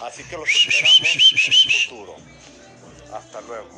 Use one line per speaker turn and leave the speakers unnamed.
Así que los esperamos en un futuro. Hasta luego.